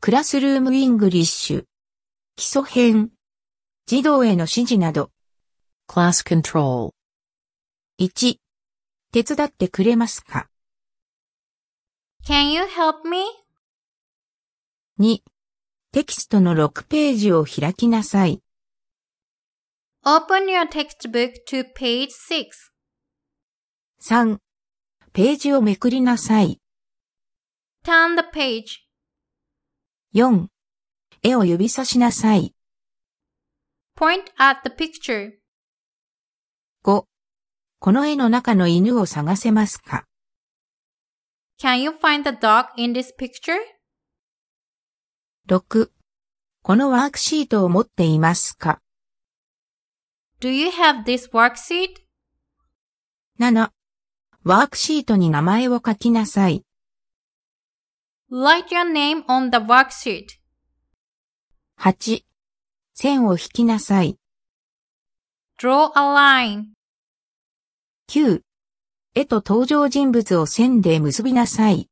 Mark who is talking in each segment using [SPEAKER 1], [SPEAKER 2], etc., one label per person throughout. [SPEAKER 1] クラスルームイングリッシュ。基礎編。児童への指示など。
[SPEAKER 2] Class Control.
[SPEAKER 1] 1、手伝ってくれますか
[SPEAKER 3] Can you help me?
[SPEAKER 1] 2、テキストの6ページを開きなさい。
[SPEAKER 3] Open your textbook to page 6.
[SPEAKER 1] 3、ページをめくりなさい。
[SPEAKER 3] Turn the page.
[SPEAKER 1] 4、絵を指さしなさい。
[SPEAKER 3] Point at the picture.
[SPEAKER 1] 5、この絵の中の犬を探せますか
[SPEAKER 3] Can you find the dog in this picture?
[SPEAKER 1] 6、このワークシートを持っていますか
[SPEAKER 3] Do you have this worksheet?
[SPEAKER 1] 7、ワークシートに名前を書きなさい。
[SPEAKER 3] Write your name on the worksheet.
[SPEAKER 1] 8、線を引きなさい。
[SPEAKER 3] Draw a line.
[SPEAKER 1] 9、絵と登場人物を線で結びなさい。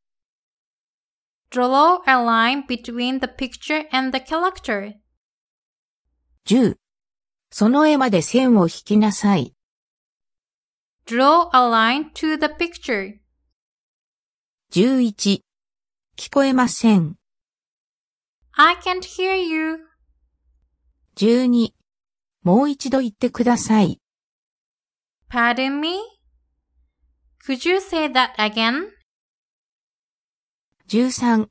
[SPEAKER 3] Draw a line between the picture and the character.
[SPEAKER 1] 10、その絵まで線を引きなさい。
[SPEAKER 3] Draw a line to the picture.
[SPEAKER 1] 11、聞こえません。
[SPEAKER 3] I can't hear you.
[SPEAKER 1] 12、もう一度言ってください。
[SPEAKER 3] Pardon me? Could you say that again?
[SPEAKER 1] 13、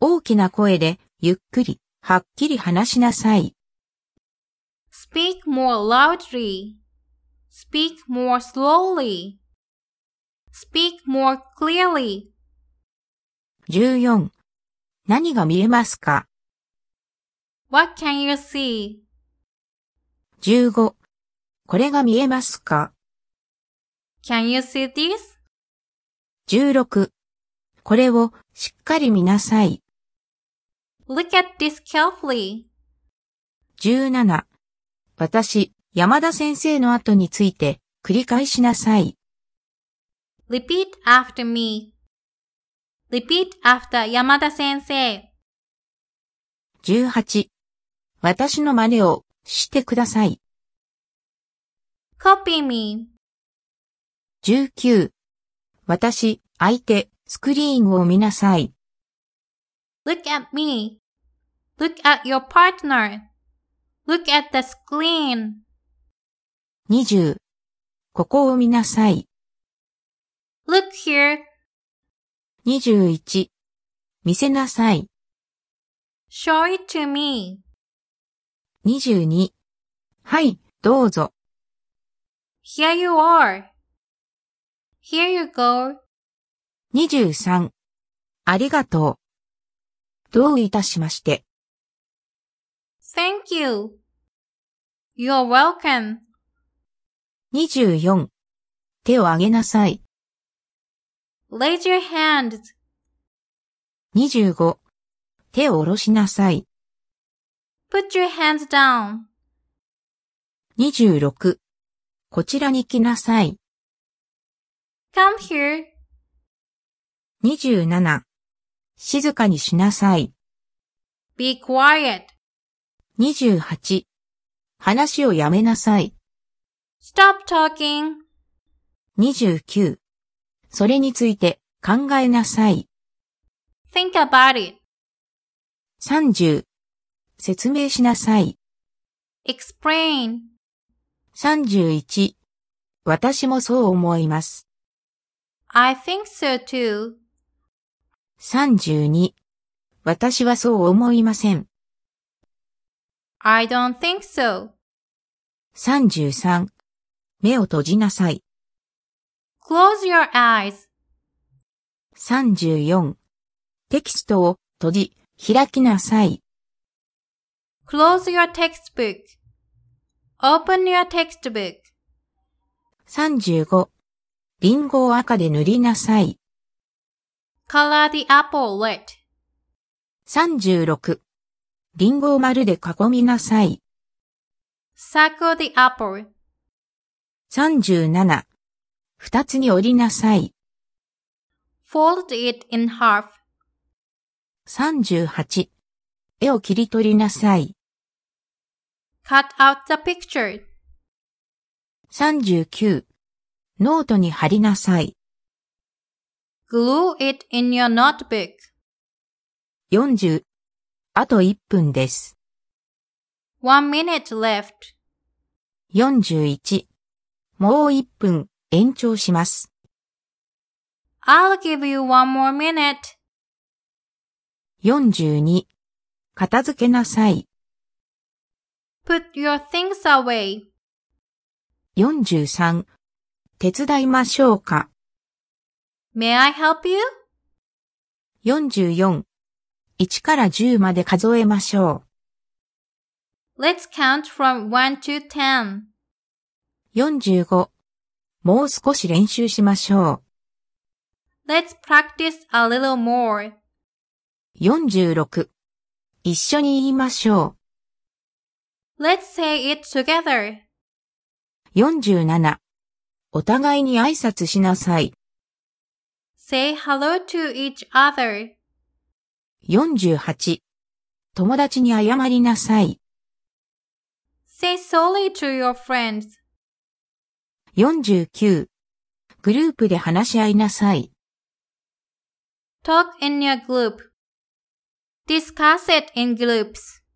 [SPEAKER 1] 大きな声で、ゆっくり、はっきり話しなさい。
[SPEAKER 3] Speak more loudly. Speak more slowly. Speak more clearly.
[SPEAKER 1] 14、何が見えますか
[SPEAKER 3] What can you see?
[SPEAKER 1] ?15、これが見えますか
[SPEAKER 3] Can you see this?
[SPEAKER 1] ?16、これをしっかり見なさい。
[SPEAKER 3] Look at this carefully.
[SPEAKER 1] 17、私、山田先生の後について繰り返しなさい。
[SPEAKER 3] Repeat after me. Repeat after Yamada sensei.
[SPEAKER 1] 18、私の真似をしてください。
[SPEAKER 3] Copy me.
[SPEAKER 1] 19、私、相手、スクリーンを見なさい。
[SPEAKER 3] Look at me. Look at your partner. Look at the screen.
[SPEAKER 1] 20、ここを見なさい。
[SPEAKER 3] Look here.
[SPEAKER 1] 21、見せなさい。
[SPEAKER 3] Show it to me.
[SPEAKER 1] 22、はい、どうぞ。
[SPEAKER 3] Here you are. Here you go.
[SPEAKER 1] 23、ありがとう。どういたしまして。
[SPEAKER 3] Thank you. You're welcome.
[SPEAKER 1] 24、手を挙げなさい。
[SPEAKER 3] Raise your hands.
[SPEAKER 1] 25、手を下ろしなさい。
[SPEAKER 3] Put your hands down.
[SPEAKER 1] 26、こちらに来なさい。
[SPEAKER 3] Come here.
[SPEAKER 1] 27、静かにしなさい。
[SPEAKER 3] Be quiet.
[SPEAKER 1] 28、話をやめなさい。
[SPEAKER 3] Stop talking.
[SPEAKER 1] 29、それについて考えなさい。
[SPEAKER 3] Think about it.
[SPEAKER 1] 30、説明しなさい。
[SPEAKER 3] Explain.
[SPEAKER 1] 31、私もそう思います。
[SPEAKER 3] I think so too.
[SPEAKER 1] 32、私はそう思いません。
[SPEAKER 3] I don't think so.
[SPEAKER 1] 33、目を閉じなさい。
[SPEAKER 3] Close your eyes.
[SPEAKER 1] 34、テキストを閉じ、開きなさい。
[SPEAKER 3] Close your textbook. Open your textbook.
[SPEAKER 1] 35、リンゴを赤で塗りなさい。
[SPEAKER 3] Color the apple red.
[SPEAKER 1] 36、リンゴを丸で囲みなさい。
[SPEAKER 3] Circle the apple.
[SPEAKER 1] 37、二つに折りなさい。
[SPEAKER 3] Fold it in half.
[SPEAKER 1] 38、絵を切り取りなさい。
[SPEAKER 3] Cut out the picture.
[SPEAKER 1] 39. ノートに貼りなさい。
[SPEAKER 3] Glue it in your notebook.
[SPEAKER 1] 40. あと1分です。
[SPEAKER 3] One minute left.
[SPEAKER 1] 41. もう1分延長します。
[SPEAKER 3] I'll give you one more minute.
[SPEAKER 1] 42. 片付けなさい。
[SPEAKER 3] Put your things away.
[SPEAKER 1] 43. 手伝いましょうか。
[SPEAKER 3] May I help you?
[SPEAKER 1] 44. 1から10まで数えましょ
[SPEAKER 3] Let's count from 1 to 10.
[SPEAKER 1] う。45. もう少し練習しましょ
[SPEAKER 3] Let's practice a little more.
[SPEAKER 1] う。46. 一緒に言いましょ
[SPEAKER 3] Let's say it together.
[SPEAKER 1] う。47. お互いに挨拶しなさい。
[SPEAKER 3] Say hello to each other.
[SPEAKER 1] 48. 友達に謝りなさい。
[SPEAKER 3] Say sorry to your friends.
[SPEAKER 1] 49. グループで話し合いなさい。
[SPEAKER 3] Talk in your group. Discuss it in groups.